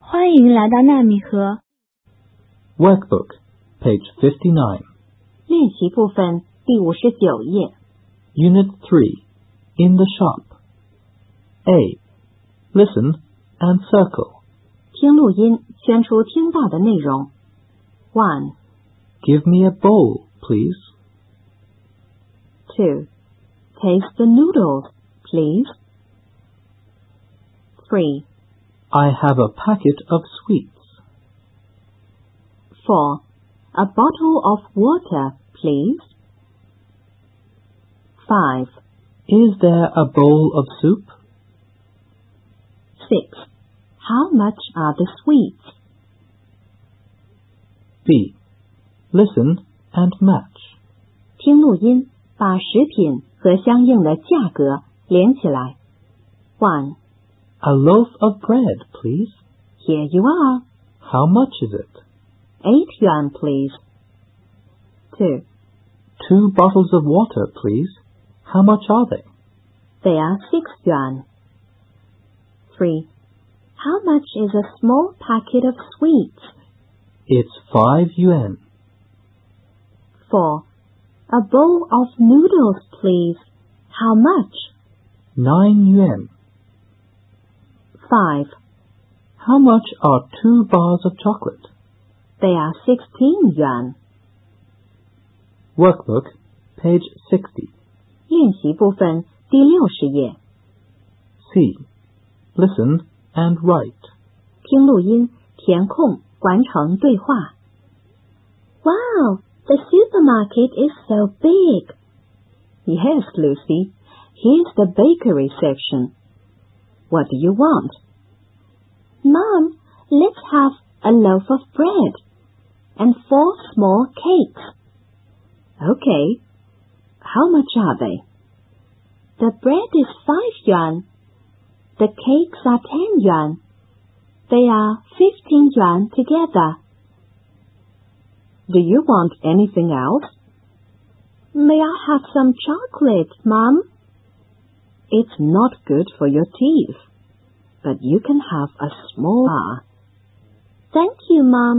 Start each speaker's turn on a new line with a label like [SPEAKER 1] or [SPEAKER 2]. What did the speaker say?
[SPEAKER 1] 欢迎来到纳米盒
[SPEAKER 2] Workbook, page 59,
[SPEAKER 3] 练习部分第五十九页
[SPEAKER 2] Unit 3, in the shop. A. Listen and circle.
[SPEAKER 3] 听录音，圈出听到的内容。One,
[SPEAKER 2] Give me a bowl, please.
[SPEAKER 3] two, taste the noodles, please. Three,
[SPEAKER 2] I have a packet of sweets.
[SPEAKER 3] four, a bottle of water, please. Five,
[SPEAKER 2] Is there a bowl of soup?
[SPEAKER 3] six, how much are the sweets?
[SPEAKER 2] B. Listen and match.
[SPEAKER 3] 听录音，把食品和相应的价格连起来。One,
[SPEAKER 2] A loaf of bread, please.
[SPEAKER 3] here you are.
[SPEAKER 2] How much is it?
[SPEAKER 3] Eight yuan, please. Two,
[SPEAKER 2] Two bottles of water, please. How much are they?
[SPEAKER 3] They are six yuan. Three. How much is a small packet of sweets?
[SPEAKER 2] It's five yuan.
[SPEAKER 3] Four. A bowl of noodles, please. How much?
[SPEAKER 2] Nine yuan.
[SPEAKER 3] Five.
[SPEAKER 2] How much are two bars of chocolate?
[SPEAKER 3] They are sixteen yuan.
[SPEAKER 2] Workbook, page 60.
[SPEAKER 3] 练习部分第六十页，
[SPEAKER 2] C. Listen and write.
[SPEAKER 3] 听录音，填空，完成对话。Wow, the supermarket is so big. Yes, Lucy. Here's the bakery section. What do you want? Mom, let's have a loaf of bread and four small cakes. Okay. How much are they? The bread is five yuan. The cakes are ten yuan. They are fifteen yuan together. Do you want anything else? May I have some chocolate, Mom? It's not good for your teeth, but you can have a ah. small bar. Thank you, Mom.